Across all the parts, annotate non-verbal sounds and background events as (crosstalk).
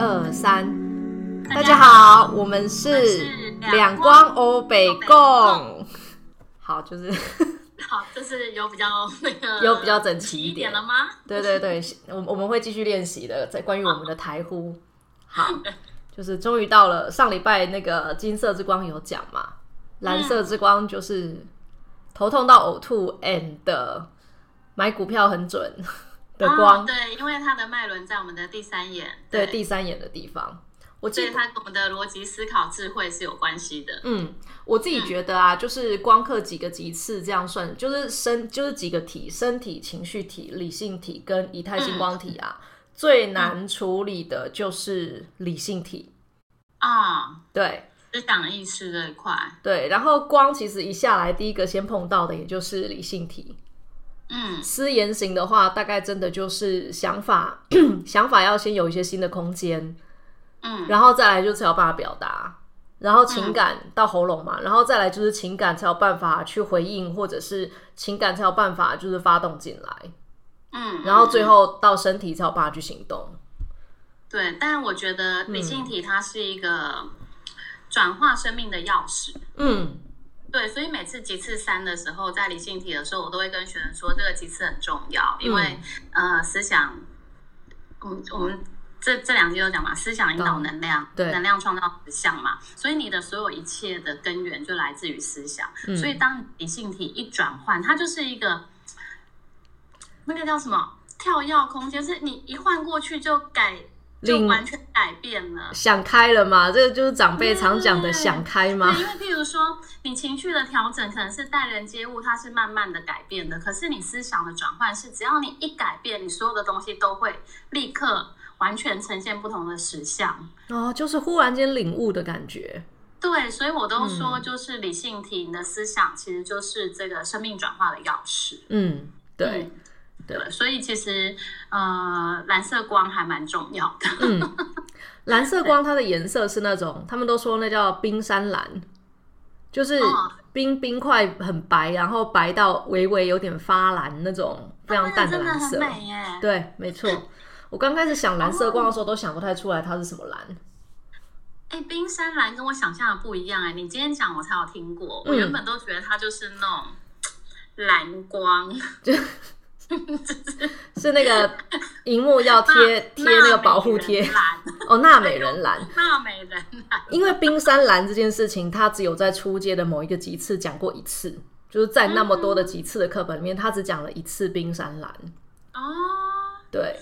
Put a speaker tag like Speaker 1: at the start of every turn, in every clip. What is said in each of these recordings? Speaker 1: 二三，大家好，我们是两光欧北共。好，就是 (laughs)
Speaker 2: 好，就是有比较那个
Speaker 1: 有比较整齐一
Speaker 2: 一
Speaker 1: 点
Speaker 2: 点了吗？
Speaker 1: 对对对，我我们会继续练习的，在关于我们的台 (laughs) 呼。好，就是终于到了上礼拜那个金色之光有讲嘛，蓝色之光就是头痛到呕吐 and 买股票很准的光，
Speaker 2: 哦对，因为它的脉轮在我们的第三眼，
Speaker 1: 啊对第三眼的地方。我
Speaker 2: 所
Speaker 1: 记
Speaker 2: 以
Speaker 1: 得
Speaker 2: 它跟我们的逻辑思考智慧是有关系的。
Speaker 1: 嗯，我自己觉得啊，就是光刻几个级次这样算，就是身就是几个体，身体、情绪体、理性体跟仪态星光体啊，最难处理的就是理性体。
Speaker 2: 啊、
Speaker 1: 对
Speaker 2: 思想意识这一块，
Speaker 1: 对，然后光其实一下来，第一个先碰到的也就是理性体。
Speaker 2: 嗯
Speaker 1: 思言行的话，大概真的就是想法， (coughs) 想法要先有一些新的空间， (laughs)
Speaker 2: 嗯，
Speaker 1: 然后再来就是要办法表达，然后情感到喉咙嘛，然后再来就是情感才有办法去回应，或者是情感才有办法就是发动进来，
Speaker 2: 嗯，
Speaker 1: 然后最后到身体才有办法去行动。
Speaker 2: 对，但我觉得理
Speaker 1: 嗯
Speaker 2: 性体它是一个转化生命的钥匙。
Speaker 1: 嗯
Speaker 2: 对，所以每次几次三的时候，在理性体的时候，我都会跟学生说，这个几次很重要，因为、
Speaker 1: 嗯
Speaker 2: 呃，思想，我们我们这这两集都讲嘛，思想引导能量，
Speaker 1: 对
Speaker 2: 能量创造实相嘛，所以你的所有一切的根源就来自于思想，
Speaker 1: 嗯
Speaker 2: 所以当理性体一转换，它就是一个那个叫什么跳跃空间，是你一换过去就改，就
Speaker 1: 另
Speaker 2: 完全改变了。
Speaker 1: 想开了嘛，这个就是长辈常讲的
Speaker 2: 对
Speaker 1: 想开嘛
Speaker 2: 对，。因为譬如说，你情绪的调整可能是待人接物，它是慢慢的改变的。可是你思想的转换是，只要你一改变，你所有的东西都会立刻完全呈现不同的实相。
Speaker 1: 哦，就是忽然间领悟的感觉。
Speaker 2: 对，所以我
Speaker 1: 嗯
Speaker 2: 都说，就是理性体，你的思想其实就是这个生命转化的钥匙。
Speaker 1: 嗯，对，
Speaker 2: 嗯
Speaker 1: 对
Speaker 2: 对，所以其实呃，蓝色光还蛮重要的。
Speaker 1: 嗯，蓝色光它的颜色是那种，他们都说那叫冰山蓝，就是
Speaker 2: 哦
Speaker 1: 冰冰块很白，然后白到微微有点发蓝那种非常淡
Speaker 2: 哦真的
Speaker 1: 蓝色
Speaker 2: 很。美耶。
Speaker 1: 对，没错。我刚开始想蓝色光的时候，都想不太出来它是什么蓝。
Speaker 2: 哎，冰山蓝跟我想象的不一样哎、你今天讲我才有听过，我
Speaker 1: 嗯
Speaker 2: 原本都觉得它就是那种嘖蓝光，
Speaker 1: 是那
Speaker 2: (laughs)
Speaker 1: 个荧幕要贴贴那个保护贴
Speaker 2: 纳美人
Speaker 1: 哦，纳美人蓝，
Speaker 2: 蓝，纳美人蓝，
Speaker 1: 因为冰山蓝这件事情，它只有在初阶的某一个级次讲过一次，就是在那么多的级次的课本里面，它只讲了一次冰山蓝。
Speaker 2: 哦，
Speaker 1: (laughs) 对，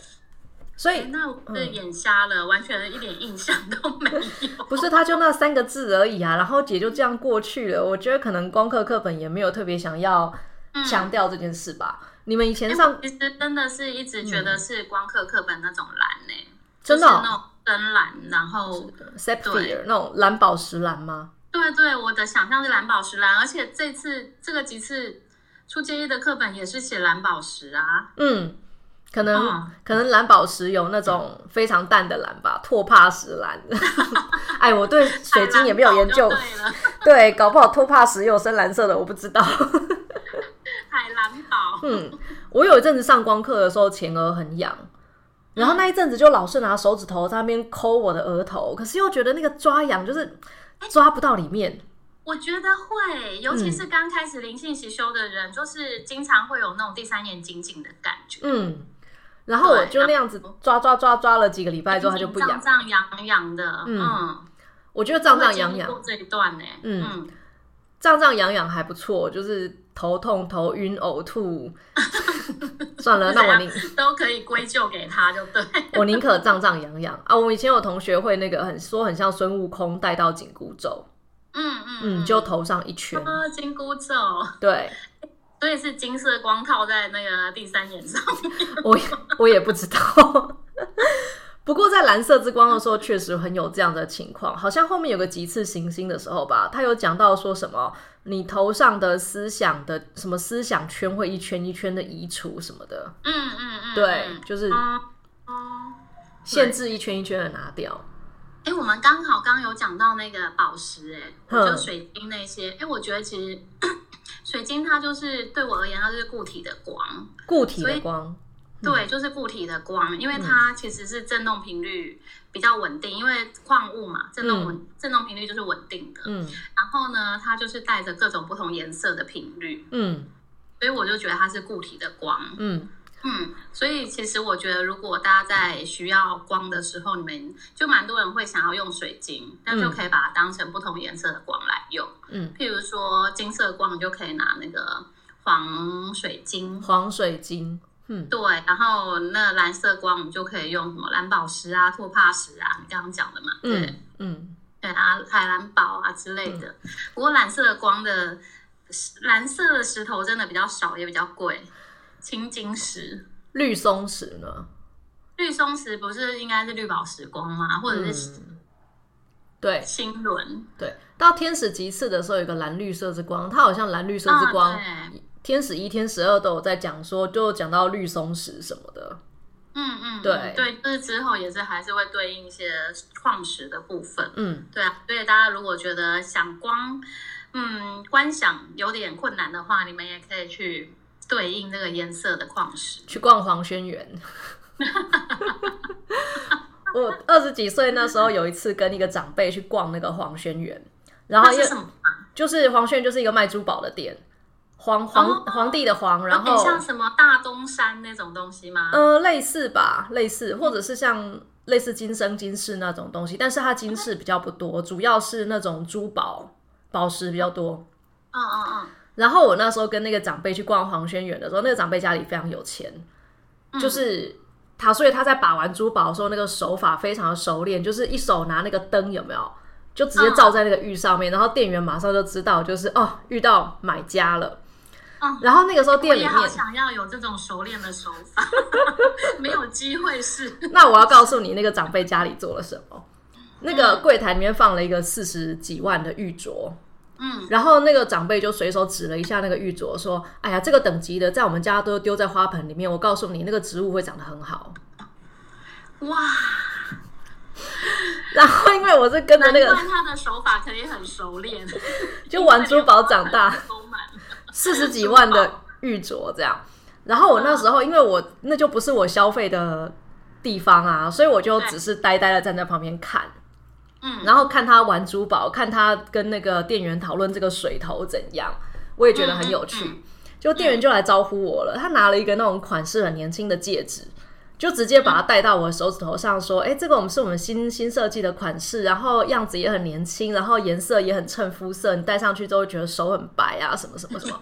Speaker 1: 所
Speaker 2: 哎
Speaker 1: 以
Speaker 2: 那我这眼瞎了，完全一点印象都没有。
Speaker 1: 不是他就那三个字而已啊，然后也就这样过去了。我觉得可能光课课本也没有特别想要强调这件事吧。你们以前上
Speaker 2: 嗯哎其实真的是一直觉得是光刻课本那种蓝呢、
Speaker 1: 嗯真的
Speaker 2: 就是
Speaker 1: 哦
Speaker 2: 那种深蓝，然后
Speaker 1: sapphire 那种蓝宝石蓝吗？
Speaker 2: 对对，我的想象是蓝宝石蓝，而且这次这个几次初阶一的课本也是写蓝宝石啊。
Speaker 1: 嗯，可能、
Speaker 2: 嗯
Speaker 1: 可能蓝宝石有那种非常淡的蓝吧，拓帕石蓝。 (laughs) 哎，我对水晶也没有研究，
Speaker 2: 海蓝宝就对了，
Speaker 1: 对，搞不好拓帕石有深蓝色的，我不知道。
Speaker 2: 海蓝宝，
Speaker 1: 嗯，我有一阵子上光课的时候，前额很痒，然后那一阵子就老是拿手指头在那边抠我的额头，可是又觉得那个抓痒就是抓不到里面。
Speaker 2: 我觉得会，尤其是刚开始灵性习修的人，就是经常会有那种第三眼紧紧的感觉，
Speaker 1: 嗯，然后我就那样子抓抓抓抓了几个礼拜之后，它就不
Speaker 2: 胀
Speaker 1: 痒。
Speaker 2: 胀痒痒的，嗯，
Speaker 1: 我觉得胀
Speaker 2: 我也
Speaker 1: 胀
Speaker 2: 经
Speaker 1: 痒
Speaker 2: 历
Speaker 1: 痒，
Speaker 2: 过这一段呢，
Speaker 1: 嗯
Speaker 2: 嗯，
Speaker 1: 胀胀痒痒还不错，就是头痛、头晕、呕 (laughs) 吐。啊算了，那我宁
Speaker 2: 嗯都可以归咎给他，就对， (laughs)
Speaker 1: 我宁可胀胀痒痒啊！我们以前有同学会那个很说很像孙悟空带到紧箍咒，
Speaker 2: 嗯嗯
Speaker 1: 嗯，就头上一圈，
Speaker 2: 啊，金箍咒，
Speaker 1: 对。
Speaker 2: 所以是金色光套在那个第三眼上， (laughs)
Speaker 1: (laughs) 我也我也不知道。不过在蓝色之光的时候，确实很有这样的情况。好像后面有个几次行星的时候吧，他有讲到说什么，你头上的思想的什么思想圈会一圈一圈的移除什么的，
Speaker 2: 嗯嗯嗯，
Speaker 1: 对
Speaker 2: 嗯，
Speaker 1: 就是
Speaker 2: 嗯嗯
Speaker 1: 限制一圈一圈的拿掉。
Speaker 2: 哎、我们刚好刚有讲到那个宝石、哎，
Speaker 1: 嗯
Speaker 2: 就水晶那些，哎、我觉得其实
Speaker 1: 嗯
Speaker 2: 水晶它就是对我而言，它就是固体的光，
Speaker 1: 固体的光，
Speaker 2: 对，就是固体的光，因为它其实是振动频率比较稳定，因为矿物嘛，振动稳、振动频率就是稳定的。
Speaker 1: 嗯
Speaker 2: 然后呢，它就是带着各种不同颜色的频率，
Speaker 1: 嗯
Speaker 2: 所以我就觉得它是固体的光。
Speaker 1: 嗯
Speaker 2: 嗯，所以其实我觉得，如果大家在需要光的时候，你们就蛮多人会想要用水晶，那就可以把它当成不同颜色的光来用。
Speaker 1: 嗯，
Speaker 2: 譬如说金色光，你就可以拿那个黄水晶。
Speaker 1: 黄水晶，嗯
Speaker 2: 对，然后那蓝色光，我们就可以用什么蓝宝石啊、拓帕石啊，你刚刚讲的嘛，对、
Speaker 1: 嗯嗯
Speaker 2: 对啊，海蓝宝啊之类的。不过蓝色的光的蓝色的石头真的比较少，也比较贵，青金石。
Speaker 1: 绿松石呢？
Speaker 2: 绿松石不是应该是绿宝石光吗？或者是
Speaker 1: 嗯，对
Speaker 2: 星轮？
Speaker 1: 对，到天使级次的时候，有个蓝绿色之光，它好像蓝绿色之光，
Speaker 2: 啊对
Speaker 1: 天使一、天使二都有在讲说，就讲到绿松石什么的。
Speaker 2: 嗯嗯，
Speaker 1: 对
Speaker 2: 对，就是之后也是还是会对应一些矿石的部分。
Speaker 1: 嗯
Speaker 2: 对啊，所以大家如果觉得想光，嗯，观想有点困难的话，你们也可以去对应这个颜色的矿石。
Speaker 1: 去逛黄轩园。 (laughs) 我二十几岁那时候有一次跟一个长辈去逛那个黄轩园，然后
Speaker 2: 那
Speaker 1: 因
Speaker 2: 是
Speaker 1: 为
Speaker 2: 什么？
Speaker 1: 就是黄轩园就是一个卖珠宝的店，皇皇
Speaker 2: 哦
Speaker 1: 皇帝的皇，然
Speaker 2: 有
Speaker 1: 后
Speaker 2: 点像什么大东山那种东西吗？
Speaker 1: 呃类似吧，类似或者是像类似金生金饰那种东西，但是它金饰比较不多，主要是那种珠宝宝石比较多。
Speaker 2: 嗯嗯嗯
Speaker 1: 然后我那时候跟那个长辈去逛黄轩园的时候，那个长辈家里非常有钱，
Speaker 2: 嗯，
Speaker 1: 就是他，所以他在把玩珠宝的时候，那个手法非常的熟练，就是一手拿那个灯，有没有？就直接
Speaker 2: 嗯
Speaker 1: 照在那个玉上面，然后店员马上就知道，就是哦，遇到买家了。
Speaker 2: 嗯
Speaker 1: 然后那个时候
Speaker 2: 我
Speaker 1: 店里
Speaker 2: 也
Speaker 1: 面，
Speaker 2: 好想要有这种熟练的手法， (laughs) 没有机会是。
Speaker 1: (laughs) 那我要告诉你，那个长辈家里做了什么。那个柜台里面放了一个四十几万的玉镯，
Speaker 2: 嗯，
Speaker 1: 然后那个长辈就随手指了一下那个玉镯，说：“哎呀，这个等级的在我们家都丢在花盆里面。我告诉你，那个植物会长得很好。 (laughs)
Speaker 2: 哇。”
Speaker 1: 然后因为我是跟着那个
Speaker 2: 难怪他的手法可以很熟练，
Speaker 1: (laughs) 就玩珠宝长大，
Speaker 2: (laughs) 都满了。
Speaker 1: 四十几万的玉镯这样。然后我那时候，因为我那就不是我消费的地方啊，所以我就只是呆呆的站在旁边看，
Speaker 2: 嗯，
Speaker 1: 然后看他玩珠宝，看他跟那个店员讨论这个水头怎样，我也觉得很有趣。
Speaker 2: 嗯
Speaker 1: 就店员就来招呼我了，他拿了一个那种款式很年轻的戒指，就直接把它戴到我的手指头上，说：“哎、
Speaker 2: 嗯
Speaker 1: 这个我们是我们新新设计的款式，然后样子也很年轻，然后颜色也很衬肤色，你戴上去之后会觉得手很白啊，什么什么
Speaker 2: (laughs)
Speaker 1: 什么。”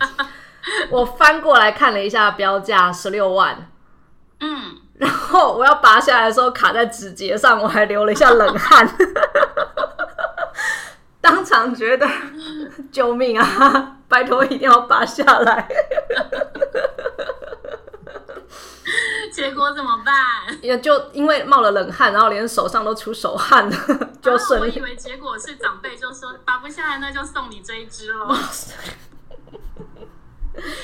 Speaker 1: 我翻过来看了一下标价十六万，
Speaker 2: 嗯，
Speaker 1: 然后我要拔下来的时候卡在指节上，我还流了一下冷汗， (laughs) 当场觉得救命啊！ (laughs) 拜托，一定要拔下来。 (laughs)
Speaker 2: 结果怎么办？
Speaker 1: 也就因为冒了冷汗，然后连手上都出手汗了，就
Speaker 2: 啊
Speaker 1: 顺
Speaker 2: 我
Speaker 1: 利
Speaker 2: 以。为结果是长辈就说拔不下来，那就送你这一支喽。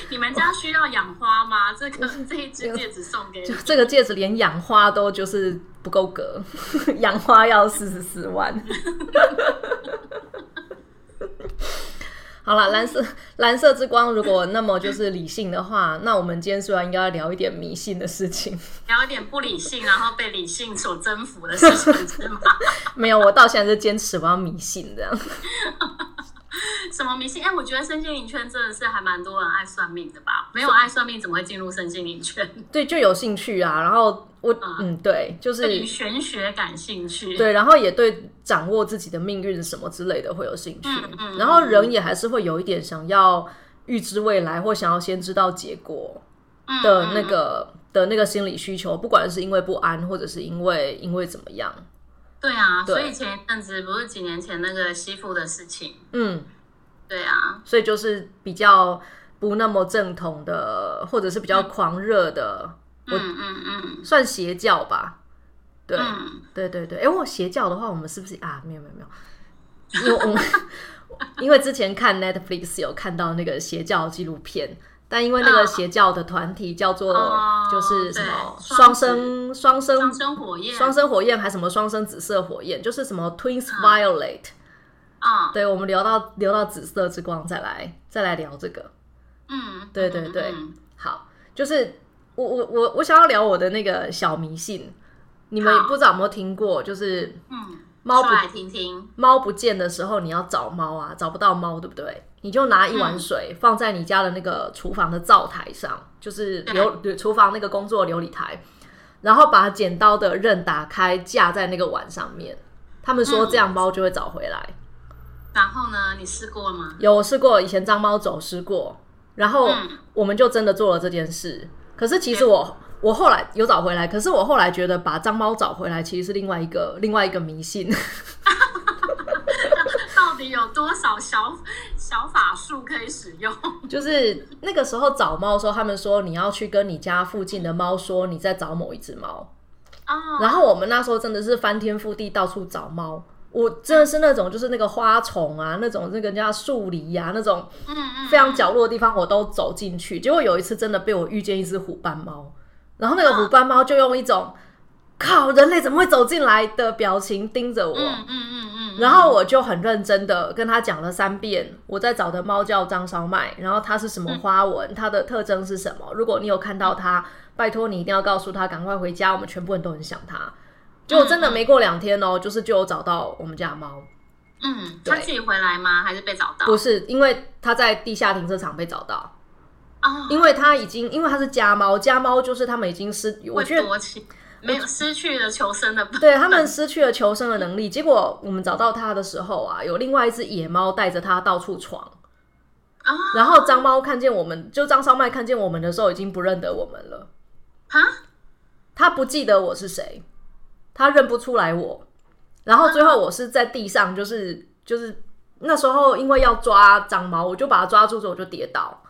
Speaker 2: 你们家需要养花吗？这个这一只戒指送给你
Speaker 1: 就。 (laughs) 这个戒指连养花都就是不够格， (laughs) 养花要四十四万。 (laughs) 好了，蓝色蓝色之光，如果那么就是理性的话，那我们今天虽然应该要聊一点迷信的事情， (laughs)
Speaker 2: 聊一点不理性，然后被理性所征服的事情是吗？ (laughs)
Speaker 1: 没有，我到现在是坚持我要迷信这样。
Speaker 2: 什么迷信？哎，我觉得身心灵圈真的是还蛮多人爱算命的吧？没有爱算命，怎么会进入身心灵圈？
Speaker 1: 对，就有兴趣啊。然后我，嗯，对，就是
Speaker 2: 对于玄学感兴趣。
Speaker 1: 对，然后也对掌握自己的命运什么之类的会有兴趣，
Speaker 2: 嗯嗯
Speaker 1: 然后人也还是会有一点想要预知未来或想要先知道结果
Speaker 2: 嗯
Speaker 1: 的那
Speaker 2: 嗯
Speaker 1: 个、的那个心理需求，不管是因为不安或者是因为因为怎么样，
Speaker 2: 对啊，
Speaker 1: 对
Speaker 2: 所以前一阵子不是几年前那个吸附的事情，
Speaker 1: 嗯，
Speaker 2: 对啊，
Speaker 1: 所以就是比较不那么正统的，或者是比较狂热的，我
Speaker 2: 嗯嗯嗯
Speaker 1: 算邪教吧，对，
Speaker 2: 嗯，
Speaker 1: 对对对，哎，我邪教的话，我们是不是啊？没有没有没有，因为我们 (laughs) 因为之前看 Netflix 有看到那个邪教纪录片，但因为那个
Speaker 2: 啊
Speaker 1: 邪教的团体叫做、
Speaker 2: 哦
Speaker 1: 就是什么
Speaker 2: 对
Speaker 1: 双
Speaker 2: 双
Speaker 1: 生双生
Speaker 2: 双生火焰，
Speaker 1: 双生火焰，还什么双生紫色火焰，就是什么 Twins Violet、
Speaker 2: 啊，
Speaker 1: 对，我们聊到聊到紫色之光，再来再来聊这个。
Speaker 2: 嗯，
Speaker 1: 对对对
Speaker 2: 嗯嗯
Speaker 1: 好，就是我我我我想要聊我的那个小迷信，你们
Speaker 2: 好
Speaker 1: 不知道有没有听过？就是
Speaker 2: 嗯，
Speaker 1: 猫不
Speaker 2: 说来听听。
Speaker 1: 猫不见的时候，你要找猫啊，找不到猫，对不对？你就拿一碗水放在你家的那个厨房的灶台上，就是琉厨房那个工作琉璃台，然后把剪刀的刃打开，架在那个碗上面。他们说
Speaker 2: 嗯
Speaker 1: 这样猫就会找回来。
Speaker 2: 然后呢，你试过吗？
Speaker 1: 有试过，以前张猫走失过，然后
Speaker 2: 嗯
Speaker 1: 我们就真的做了这件事。可是其实我我后来有找回来，可是我后来觉得把张猫找回来其实是另外一个另外一个迷信。
Speaker 2: 到底有多少小小法术可以使用？
Speaker 1: 就是那个时候找猫的时候，他们说你要去跟你家附近的猫说你在找某一只猫。
Speaker 2: 哦，
Speaker 1: 然后我们那时候真的是翻天覆地到处找猫，我真的是那种就是那个花丛啊，那种那个叫树篱呀、那种
Speaker 2: 嗯嗯，
Speaker 1: 非常角落的地方我都走进去。结果有一次真的被我遇见一只虎斑猫，然后那个
Speaker 2: 嗯
Speaker 1: 虎斑猫就用一种“靠，人类怎么会走进来”的表情盯着我。
Speaker 2: 嗯，嗯嗯嗯嗯，
Speaker 1: 然后我就很认真的跟他讲了三遍，我在找的猫叫张烧麦，然后它是什么花纹，它的特征是什么。如果你有看到它，拜托你一定要告诉他，赶快回家，我们全部人都很想它。结果真的没过两天哦，就是就有找到我们家的猫，
Speaker 2: 嗯，
Speaker 1: 对
Speaker 2: 他自己回来吗？还是被找到？
Speaker 1: 不是因为它在地下停车场被找到，
Speaker 2: 啊，
Speaker 1: 因为它已经因为它是家猫，家猫就是他们已经失，我
Speaker 2: 会
Speaker 1: 觉得
Speaker 2: 多情，没有失去了求生的 (laughs) 本。
Speaker 1: 对他们失去了求生的能力。结果我们找到它的时候啊，有另外一只野猫带着它到处闯。
Speaker 2: 啊
Speaker 1: 然后张猫看见我们，就张烧麦看见我们的时候，已经不认得我们了。
Speaker 2: 哈，
Speaker 1: 他不记得我是谁，他认不出来我。然后最后我是在地上，就是就是那时候因为要抓张猫，我就把它抓住之后我就跌倒，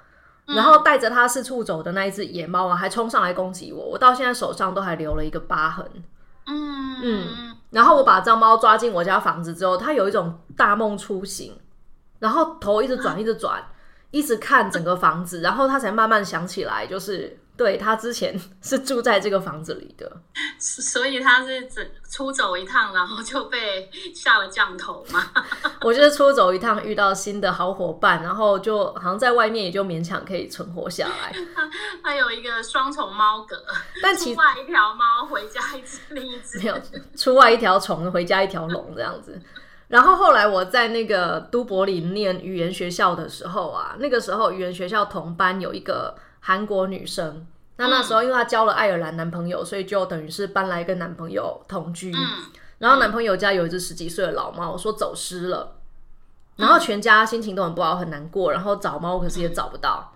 Speaker 1: 然后带着它四处走的那一只野猫啊，还冲上来攻击我，我到现在手上都还留了一个疤痕。
Speaker 2: 嗯嗯
Speaker 1: 然后我把张猫抓进我家房子之后，它有一种大梦初醒，然后头一直转，一直转，一直看整个房子，然后它才慢慢想起来，就是对它之前是住在这个房子里的。 (laughs)
Speaker 2: 嗯，所以他是只出走一趟，然后就被下了降头嘛。 (laughs)
Speaker 1: 我就是出走一趟，遇到新的好伙伴，然后就好像在外面也就勉强可以存活下来。
Speaker 2: 他有一个双重猫格，
Speaker 1: 但
Speaker 2: 出
Speaker 1: 其实
Speaker 2: 外一条猫，回家一只另一
Speaker 1: (laughs)
Speaker 2: 只
Speaker 1: 没。有出外一条虫，回家一条龙这样子。然后后来我在那个都柏林念语言学校的时候啊，那个时候语言学校同班有一个韩国女生，那那时候因为她交了爱尔兰男朋友，所以就等于是搬来跟男朋友同居。
Speaker 2: 嗯，
Speaker 1: 然后男朋友家有一只十几岁的老猫，说走失了，然后全家心情都很不好，很难过，然后找猫可是也找不到。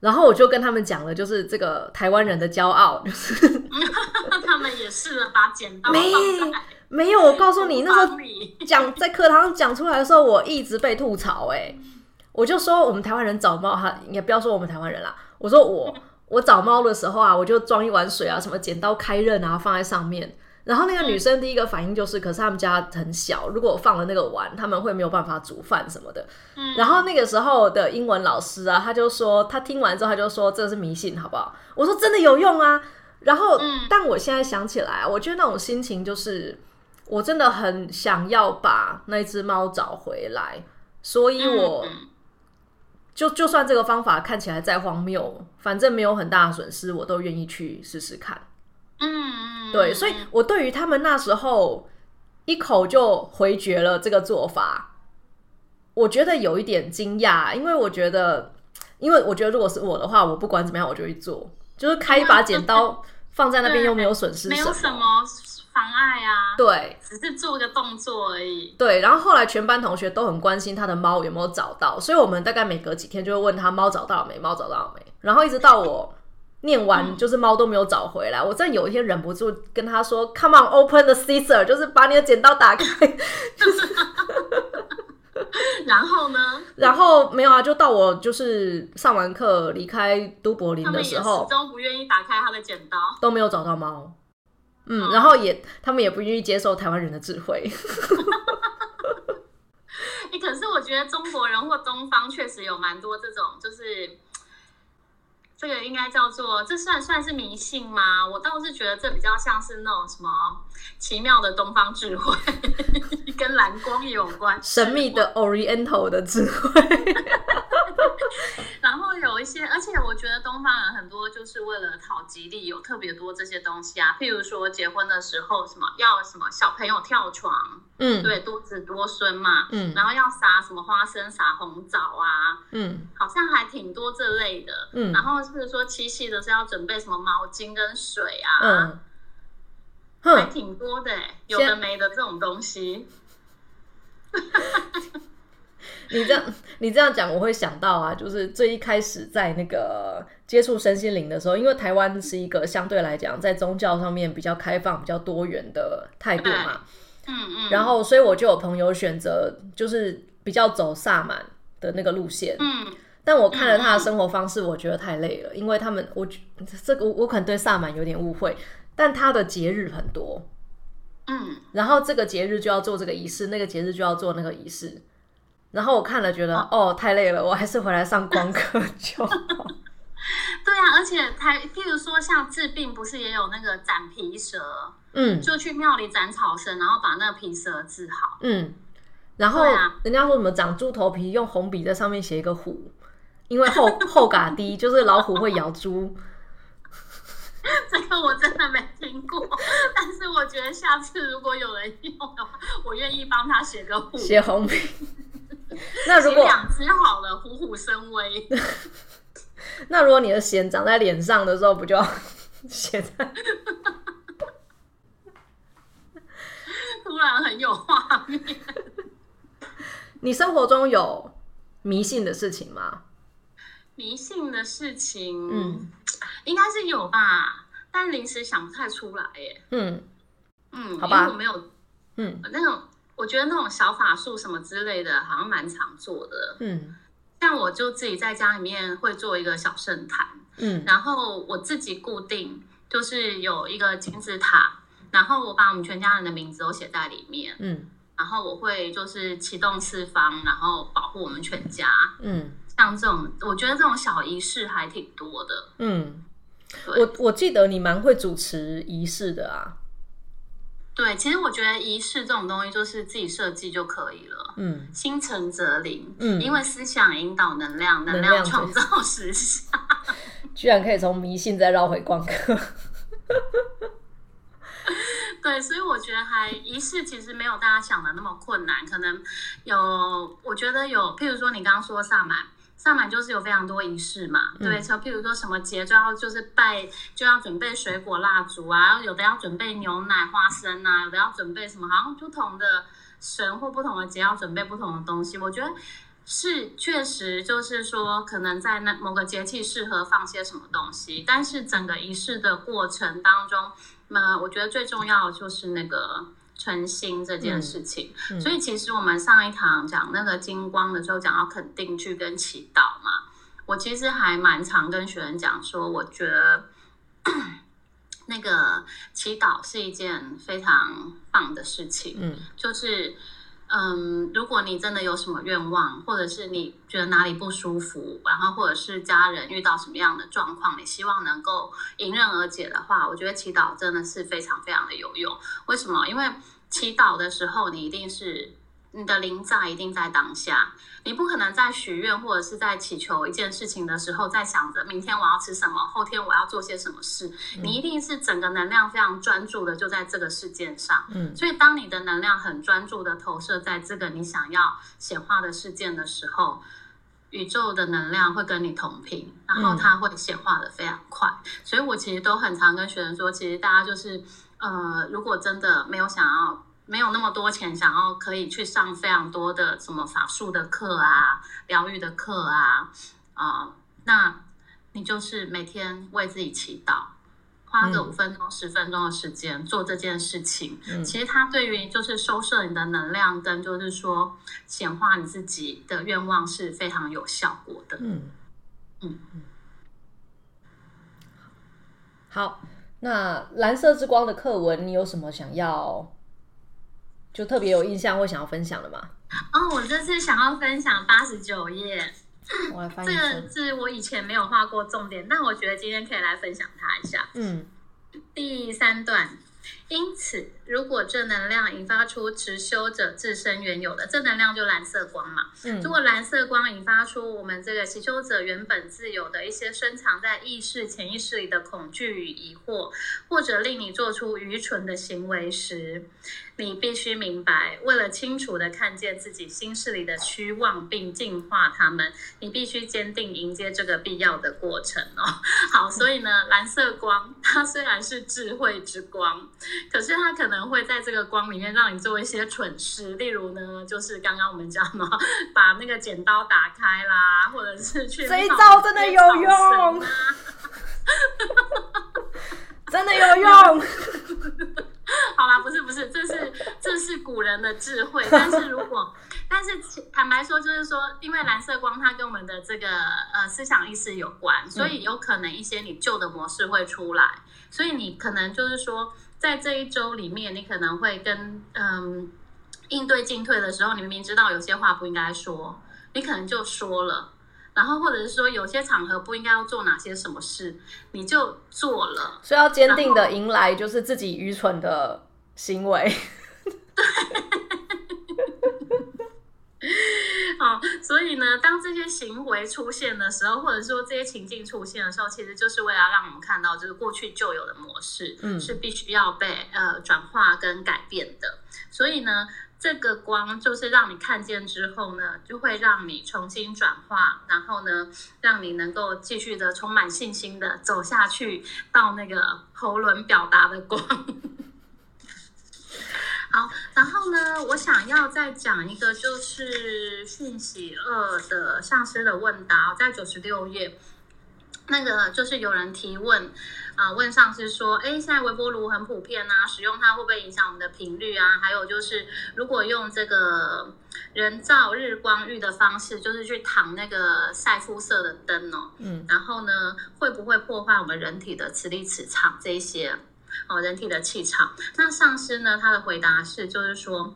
Speaker 1: 然后我就跟他们讲了，就是这个台湾人的骄傲，就是
Speaker 2: 嗯 (laughs) 他们也试了把剪刀
Speaker 1: 没
Speaker 2: 放在
Speaker 1: 没有。我告诉你，那时候
Speaker 2: 帮你
Speaker 1: 讲在课堂上讲出来的时候，我一直被吐槽、欸，我就说我们台湾人找猫哈，也不要说我们台湾人啦，我说我
Speaker 2: 嗯
Speaker 1: 我找猫的时候啊，我就装一碗水啊，什么剪刀开刃啊，放在上面。然后那个
Speaker 2: 嗯
Speaker 1: 女生第一个反应就是，可是他们家很小，如果我放了那个碗，他们会没有办法煮饭什么的。
Speaker 2: 嗯
Speaker 1: 然后那个时候的英文老师啊，他就说，他听完之后他就说这是迷信，好不好？我说真的有用啊。然后，
Speaker 2: 嗯
Speaker 1: 但我现在想起来啊，我觉得那种心情就是，我真的很想要把那只猫找回来，所以我、
Speaker 2: 嗯
Speaker 1: 就就算这个方法看起来再荒谬，反正没有很大的损失，我都愿意去试试看。
Speaker 2: 嗯，嗯
Speaker 1: 对，所以我对于他们那时候一口就回绝了这个做法，我觉得有一点惊讶，因为我觉得，因为我觉得如果是我的话，我不管怎么样我就会做，就是开一把剪刀放在那边
Speaker 2: 对
Speaker 1: 又没有损失
Speaker 2: 嗯没有什
Speaker 1: 什么，
Speaker 2: 么妨碍啊，
Speaker 1: 对。
Speaker 2: 只是做个动作而已。
Speaker 1: 对，然后后来全班同学都很关心他的猫有没有找到，所以我们大概每隔几天就会问他猫找到了没，猫找到了没。然后一直到我念完，
Speaker 2: 嗯
Speaker 1: 就是猫都没有找回来。我真的有一天忍不住跟他说：“Come on, open the scissor，就是把你的剪刀打开。 (laughs)
Speaker 2: 然后呢，”
Speaker 1: 然后没有啊，就到我就是上完课离开都柏林
Speaker 2: 他们
Speaker 1: 的
Speaker 2: 也
Speaker 1: 时
Speaker 2: 始
Speaker 1: 候
Speaker 2: 终不愿意打开他的剪刀。
Speaker 1: 都没有找到猫。嗯，
Speaker 2: 哦
Speaker 1: 然后也他们也不愿意接受台湾人的智慧。 (laughs)
Speaker 2: 欸，可是我觉得中国人或东方确实有蛮多这种，就是这个应该叫做这算算是迷信吗？我倒是觉得这比较像是那种什么奇妙的东方智慧， (laughs) 跟蓝光也有关。
Speaker 1: 神秘的 Oriental 的智慧，
Speaker 2: 然然后有一些，而且我觉得东方人很多就是为了讨吉利，有特别多这些东西啊，譬如说结婚的时候什么要什么小朋友跳床，
Speaker 1: (laughs) 嗯
Speaker 2: 对，多子多孙嘛，
Speaker 1: 嗯
Speaker 2: 然后要撒什么花生、撒红枣啊，
Speaker 1: 嗯
Speaker 2: 好像还挺多这类的。
Speaker 1: 嗯
Speaker 2: 然后譬如说七夕的是要准备什么毛巾跟水啊，
Speaker 1: 嗯，
Speaker 2: 还
Speaker 1: 哼，
Speaker 2: 挺多的欸、有
Speaker 1: 现
Speaker 2: 的没的这种东西。
Speaker 1: 你这样 (laughs) 你这样讲，我会想到啊，就是最一开始在那个接触身心灵的时候，因为台湾是一个相对来讲在宗教上面比较开放、比较多元的态度嘛，
Speaker 2: 嗯嗯，
Speaker 1: 然后所以我就有朋友选择就是比较走萨满的那个路线，
Speaker 2: 嗯，
Speaker 1: 但我看了他的生活方式，我觉得太累了，因为他们我觉这个我我可能对萨满有点误会，但他的节日很多，
Speaker 2: 嗯，
Speaker 1: 然后这个节日就要做这个仪式，那个节日就要做那个仪式。然后我看了，觉得哦太累了，我还是回来上光课就好。
Speaker 2: 对啊，而且台，譬如说像治病，不是也有那个斩皮蛇，
Speaker 1: 嗯
Speaker 2: 就去庙里斩草绳，然后把那个皮蛇治好。 (laughs)
Speaker 1: 嗯，然后
Speaker 2: 对啊
Speaker 1: 人家说什么长猪头皮，用红笔在上面写一个虎，因为后 (laughs) 后嘎低，就是老虎会咬猪。
Speaker 2: 这个我真的没听过，但是我觉得下次如果有人用的话，我愿意帮他写个虎，
Speaker 1: 写红笔。那如
Speaker 2: 写
Speaker 1: 果
Speaker 2: 两只好了，虎虎生威。 (laughs)
Speaker 1: 那如果你的弦长在脸上的时候，不就要 (laughs) 写在？
Speaker 2: 突然很有画面。
Speaker 1: 你生活中有迷信的事情吗？
Speaker 2: 迷信的事情，
Speaker 1: 嗯，
Speaker 2: 应该是有吧，但临时想不太出来耶。
Speaker 1: 嗯
Speaker 2: 嗯，
Speaker 1: 好吧
Speaker 2: 因为我没有
Speaker 1: 嗯
Speaker 2: 那种，我觉得那种小法术什么之类的，好像蛮常做的。
Speaker 1: 嗯
Speaker 2: 像我就自己在家里面会做一个小圣坛，
Speaker 1: 嗯
Speaker 2: 然后我自己固定就是有一个金字塔，然后我把我们全家人的名字都写在里面，
Speaker 1: 嗯
Speaker 2: 然后我会就是启动四方，然后保护我们全家。
Speaker 1: 嗯
Speaker 2: 像这种，我觉得这种小仪式还挺多的。
Speaker 1: 嗯，
Speaker 2: 对
Speaker 1: 我我记得你蛮会主持仪式的啊。
Speaker 2: 对，其实我觉得仪式这种东西就是自己设计就可以了。
Speaker 1: 嗯
Speaker 2: 心诚则灵，
Speaker 1: 嗯
Speaker 2: 因为思想引导能量，能
Speaker 1: 能量
Speaker 2: 量创造实相。 (laughs)
Speaker 1: 居然可以从迷信再绕回光科。
Speaker 2: 对，所以我觉得还仪式其实没有大家想的那么困难，可能有，我觉得有，譬如说你刚刚说萨满。萨满就是有非常多仪式嘛，对不对，像譬如说什么节就要就是拜，就要准备水果蜡烛啊，有的要准备牛奶花生啊，有的要准备什么，好像不同的神或不同的节要准备不同的东西。我觉得是确实就是说，可能在那某个节气适合放些什么东西，但是整个仪式的过程当中，那我觉得最重要的就是那个诚心这件事情。
Speaker 1: 嗯
Speaker 2: 所以其实我们上一堂讲那个金光的时候，讲到肯定句跟祈祷嘛，我其实还蛮常跟学生讲说，我觉得 (clears throat) 那个祈祷是一件非常棒的事情。
Speaker 1: (laughs) 嗯
Speaker 2: 就是，嗯，如果你真的有什么愿望，或者是你觉得哪里不舒服，然后或者是家人遇到什么样的状况，你希望能够迎刃而解的话，我觉得祈祷真的是非常非常的有用。为什么？因为祈祷的时候，你一定是。你的灵在一定在当下，你不可能在许愿或者是在祈求一件事情的时候，在想着明天我要吃什么，后天我要做些什么事。你一定是整个能量非常专注的，就在这个事件上。
Speaker 1: 嗯
Speaker 2: 所以，当你的能量很专注的投射在这个你想要显化的事件的时候，宇宙的能量会跟你同频，然后它会显化的非常快。所以我其实都很常跟学生说，其实大家就是，呃，如果真的没有想要。没有那么多钱，想要可以去上非常多的什么法术的课啊、疗愈的课啊，啊、那你就是每天为自己祈祷，花个
Speaker 1: 嗯
Speaker 2: 五分钟、十分钟的时间做这件事情，
Speaker 1: 嗯
Speaker 2: 其实它对于就是收摄你的能量，跟就是说显化你自己的愿望是非常有效果的。
Speaker 1: 嗯
Speaker 2: 嗯
Speaker 1: 嗯。好，那蓝色之光的课文，你有什么想要就特别有印象或想要分享的吗？
Speaker 2: 哦，我这次想要分享八十九页，
Speaker 1: 我来翻
Speaker 2: 这
Speaker 1: 译一下
Speaker 2: 个。是我以前没有画过重点，但我觉得今天可以来分享它一下。
Speaker 1: 嗯
Speaker 2: 第三段，因此如果正能量引发出持修者自身原有的正能量，就蓝色光嘛。
Speaker 1: 嗯
Speaker 2: 如果蓝色光引发出我们这个祈修者原本自有的一些深藏在意识、潜意识里的恐惧与疑惑，或者令你做出愚蠢的行为时，你必须明白，为了清楚的看见自己心事里的虚妄并净化它们，你必须坚定迎接这个必要的过程哦。好，所以呢，蓝色光它虽然是智慧之光，可是它可能会在这个光里面让你做一些蠢事，例如呢，就是刚刚我们讲的，把那个剪刀打开啦，或者是去
Speaker 1: 这一
Speaker 2: 冒
Speaker 1: 招真的有
Speaker 2: 草绳
Speaker 1: 用
Speaker 2: 啊，
Speaker 1: 真的有 (laughs) 用。
Speaker 2: (laughs) 好啦，不是不是，这是这是古人的智慧。但是如果，但是其坦白说，就是说，因为蓝色光它跟我们的这个呃思想意识有关，所以有可能一些你旧的模式会出来。所以你可能就是说，在这一周里面，你可能会跟嗯应对进退的时候，你明明知道有些话不应该说，你可能就说了。然后，或者是说，有些场合不应该要做哪些什么事，你就做了。
Speaker 1: 所以要坚定的迎来就是自己愚蠢的行为。
Speaker 2: (laughs) 好，所以呢，当这些行为出现的时候，或者说这些情境出现的时候，其实就是为了让我们看到，就是过去旧有的模式，
Speaker 1: 嗯
Speaker 2: 是必须要被呃转化跟改变的。所以呢，这个光就是让你看见之后呢，就会让你重新转化，然后呢，让你能够继续的充满信心的走下去，到那个喉轮表达的光。好，然后呢，我想要再讲一个，就是讯息二的上司的问答，在九十六页，那个就是有人提问，啊、问上司说，哎，现在微波炉很普遍啊，使用它会不会影响我们的频率啊？还有就是，如果用这个人造日光浴的方式，就是去躺那个晒肤色的灯哦，
Speaker 1: 嗯，
Speaker 2: 然后呢，会不会破坏我们人体的磁力、磁场这一些哦，人体的气场？那上师呢，他的回答是，就是说，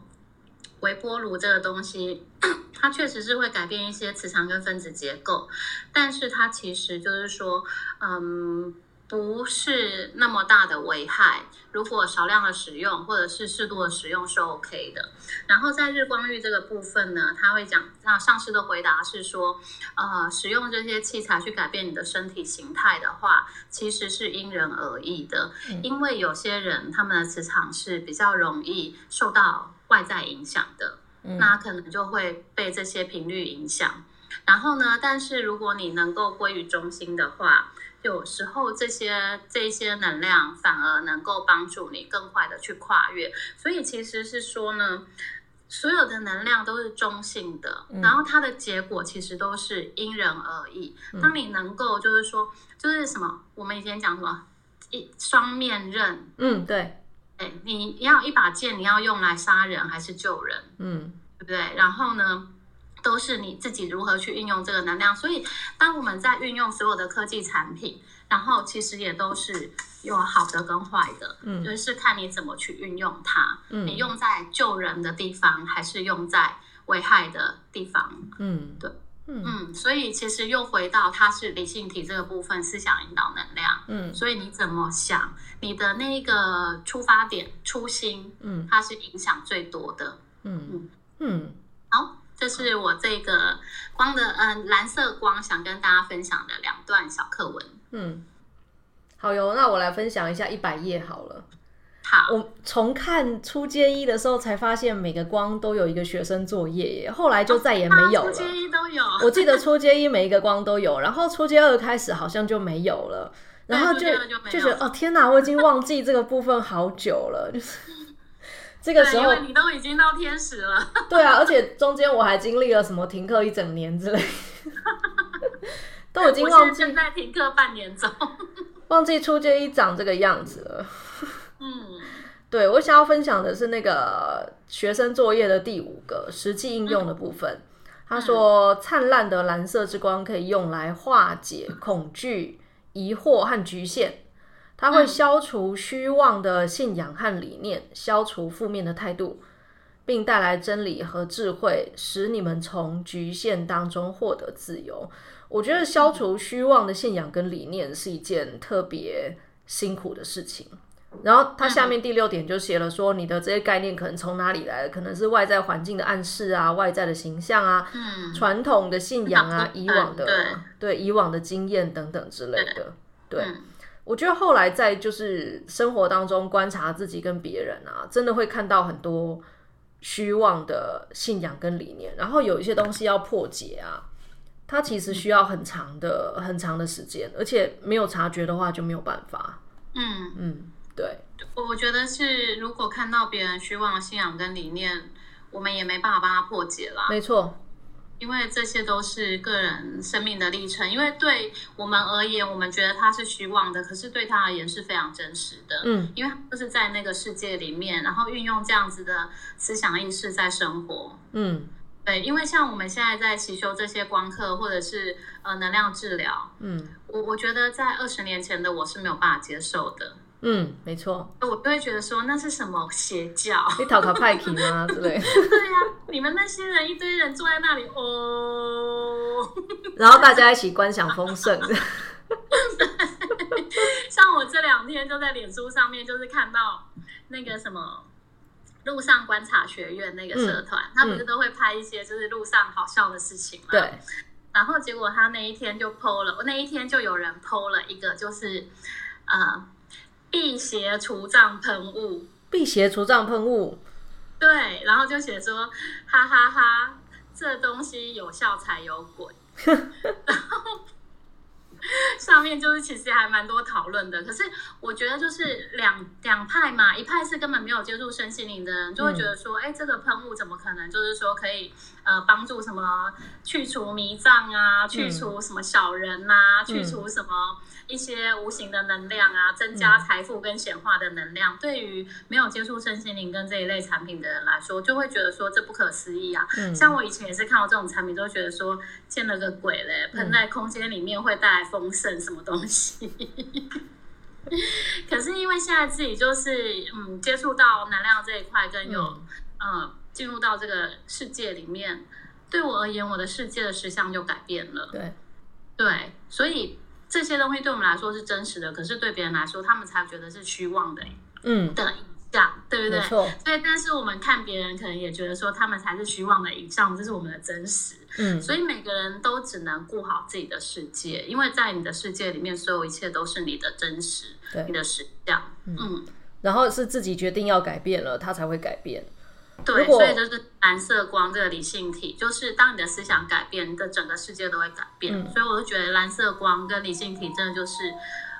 Speaker 2: 微波炉这个东西， (clears throat) 它确实是会改变一些磁场跟分子结构，但是它其实就是说，嗯。不是那么大的危害，如果少量的使用或者是适度的使用是 OK 的。然后在日光浴这个部分呢，他会讲，那上师的回答是说，呃，使用这些器材去改变你的身体形态的话，其实是因人而异的。
Speaker 1: 嗯
Speaker 2: 因为有些人他们的磁场是比较容易受到外在影响的，
Speaker 1: 嗯
Speaker 2: 那可能就会被这些频率影响。然后呢，但是如果你能够归于中心的话，有时候这些这些能量反而能够帮助你更快的去跨越。所以其实是说呢，所有的能量都是中性的，
Speaker 1: 嗯
Speaker 2: 然后它的结果其实都是因人而异。
Speaker 1: 嗯
Speaker 2: 当你能够就是说，就是什么，我们以前讲什么一双面刃，
Speaker 1: 嗯，对，
Speaker 2: 哎，你要一把剑，你要用来杀人还是救人？
Speaker 1: 嗯
Speaker 2: 对不对？然后呢，都是你自己如何去运用这个能量。所以，当我们在运用所有的科技产品，然后其实也都是有好的跟坏的，
Speaker 1: 嗯
Speaker 2: 就是看你怎么去运用它。
Speaker 1: 嗯
Speaker 2: 你用在救人的地方，还是用在危害的地方？
Speaker 1: 嗯，
Speaker 2: 对，
Speaker 1: 嗯
Speaker 2: 嗯，所以其实又回到它是理性体这个部分，思想引导能量。
Speaker 1: 嗯
Speaker 2: 所以你怎么想，你的那个出发点、初心，
Speaker 1: 嗯
Speaker 2: 它是影响最多的。
Speaker 1: 嗯嗯，
Speaker 2: 好，这是我这个光的嗯、蓝色光想跟大家分享的两段小课文。
Speaker 1: 嗯，好哟，那我来分享一下一百页好了。
Speaker 2: 好，
Speaker 1: 我重看初阶一的时候才发现，每个光都有一个学生作业耶，后来就再也没有
Speaker 2: 啊
Speaker 1: 了
Speaker 2: 初。阶一都有，
Speaker 1: 我记得初阶一每一个光都有，然后初阶二开始好像就没有了，然后就
Speaker 2: 对初阶二就没有
Speaker 1: 觉得哦天哪，我已经忘记这个部分好久了，就是
Speaker 2: (laughs)
Speaker 1: 这个
Speaker 2: 对，
Speaker 1: 时
Speaker 2: 因
Speaker 1: 候
Speaker 2: 为你都已经到天使了，
Speaker 1: 对啊，而且中间我还经历了什么停课一整年之类的，都已经
Speaker 2: 我
Speaker 1: 忘
Speaker 2: 现在
Speaker 1: 记
Speaker 2: 正在停课半年中。
Speaker 1: 忘记初阶一长这个样子了。
Speaker 2: 嗯
Speaker 1: 对我想要分享的是那个学生作业的第五个实际应用的部分。他说，灿烂的蓝色之光可以用来化解恐惧、疑惑和局限。它会
Speaker 2: 嗯
Speaker 1: 消除虚妄的信仰和理念，消除负面的态度，并带来真理和智慧，使你们从局限当中获得自由。我觉得消除虚妄的信仰跟理念是一件特别辛苦的事情。然后它下面第六点就写了说，你的这些概念可能从哪里来的？可能是外在环境的暗示啊，外在的形象啊，
Speaker 2: 嗯，
Speaker 1: 传统的信仰啊，
Speaker 2: 嗯
Speaker 1: 以往的
Speaker 2: 嗯
Speaker 1: 对以往的经验等等之类的。对
Speaker 2: 嗯
Speaker 1: 我觉得后来在就是生活当中观察自己跟别人啊，真的会看到很多虚妄的信仰跟理念，然后有一些东西要破解啊，它其实需要很长的很长的时间，而且没有察觉的话就没有办法。
Speaker 2: 嗯，
Speaker 1: 嗯，对，
Speaker 2: 我我觉得是，如果看到别人虚妄的信仰跟理念，我们也没办法帮他破解啦，
Speaker 1: 没错。
Speaker 2: 因为这些都是个人生命的历程。因为对我们而言，我们觉得他是虚妄的，可是对他而言是非常真实的。
Speaker 1: 嗯，
Speaker 2: 因为他就是在那个世界里面，然后运用这样子的思想意识在生活。
Speaker 1: 嗯
Speaker 2: 对，因为像我们现在在习修这些光课，或者是呃能量治疗，
Speaker 1: 嗯
Speaker 2: 我我觉得在二十年前的我是没有办法接受的，
Speaker 1: 嗯，没错，
Speaker 2: 我就会觉得说那是什么邪教？ (laughs)
Speaker 1: 你讨卡派克啊之类的，
Speaker 2: 对呀、你们那些人一堆人坐在那里哦， (laughs)
Speaker 1: 然后大家一起观想丰盛。
Speaker 2: 像我这两天就在脸书上面就是看到那个什么。路上观察学院那个社团，他不是都会拍一些就是路上好笑的事情吗？
Speaker 1: 对，
Speaker 2: 然后结果他那一天就 PO 了，那一天就有人 PO 了一个，就是呃，辟邪除障喷雾，
Speaker 1: 辟邪除障喷雾，
Speaker 2: 对，然后就写说哈哈哈这东西有效才有鬼。然后上面就是其实还蛮多讨论的，可是我觉得就是两两派嘛，一派是根本没有接触身心灵的人，就会觉得说，哎、这个喷雾怎么可能就是说可以呃帮助什么去除迷障啊，去除什么小人呐、去除什么一些无形的能量啊，增加财富跟显化的能量。对于没有接触身心灵跟这一类产品的人来说，就会觉得说这不可思议啊，
Speaker 1: 嗯，
Speaker 2: 像我以前也是看到这种产品，都觉得说见了个鬼嘞，喷在空间里面会带来丰盛什么东西。 (laughs) 可是因为现在自己就是嗯接触到能量这一块，跟有
Speaker 1: 嗯
Speaker 2: 嗯进、入到这个世界里面，对我而言，我的世界的实相就改变了。
Speaker 1: 对，
Speaker 2: 对，所以这些东西对我们来说是真实的，可是对别人来说，他们才觉得是虚妄的
Speaker 1: 嗯，
Speaker 2: 的影像，对不
Speaker 1: 没
Speaker 2: 对？
Speaker 1: 错，
Speaker 2: 对，但是我们看别人，可能也觉得说他们才是虚妄的影像，这是我们的真实。
Speaker 1: 嗯
Speaker 2: 所以每个人都只能顾好自己的世界，因为在你的世界里面，所有一切都是你的真实，
Speaker 1: 对
Speaker 2: 你的实相。嗯，
Speaker 1: 然后是自己决定要改变了，他才会改变。
Speaker 2: 对，
Speaker 1: 如果
Speaker 2: 所以就是蓝色光这个理性体，就是当你的思想改变，你的整个世界都会改变。
Speaker 1: 嗯
Speaker 2: 所以我就觉得蓝色光跟理性体真的就是，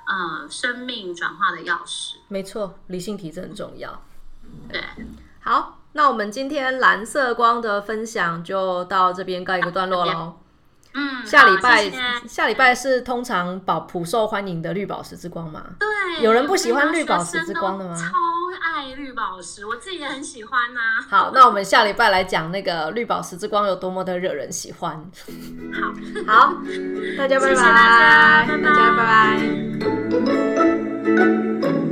Speaker 2: 呃，生命转化的钥匙。
Speaker 1: 没错，理性体质很重要。
Speaker 2: 对，
Speaker 1: 好，那我们今天蓝色光的分享就到这边告一个段落喽。
Speaker 2: 嗯，
Speaker 1: 下礼
Speaker 2: 好
Speaker 1: 拜，
Speaker 2: 谢谢
Speaker 1: 下礼拜是通常宝普受欢迎的绿宝石之光嘛？
Speaker 2: 对，
Speaker 1: 有人不
Speaker 2: 我
Speaker 1: 喜欢
Speaker 2: 跟你
Speaker 1: 绿
Speaker 2: 讲
Speaker 1: 宝石
Speaker 2: 学
Speaker 1: 之
Speaker 2: 生
Speaker 1: 光
Speaker 2: 都
Speaker 1: 的吗
Speaker 2: 超爱绿宝石，我自己也很喜欢啊呐、
Speaker 1: 好，那我们下礼拜来讲那个绿宝石之光有多么的惹人喜欢。
Speaker 2: 好。
Speaker 1: 好，大家拜拜，
Speaker 2: 谢谢大家拜拜
Speaker 1: 大家拜拜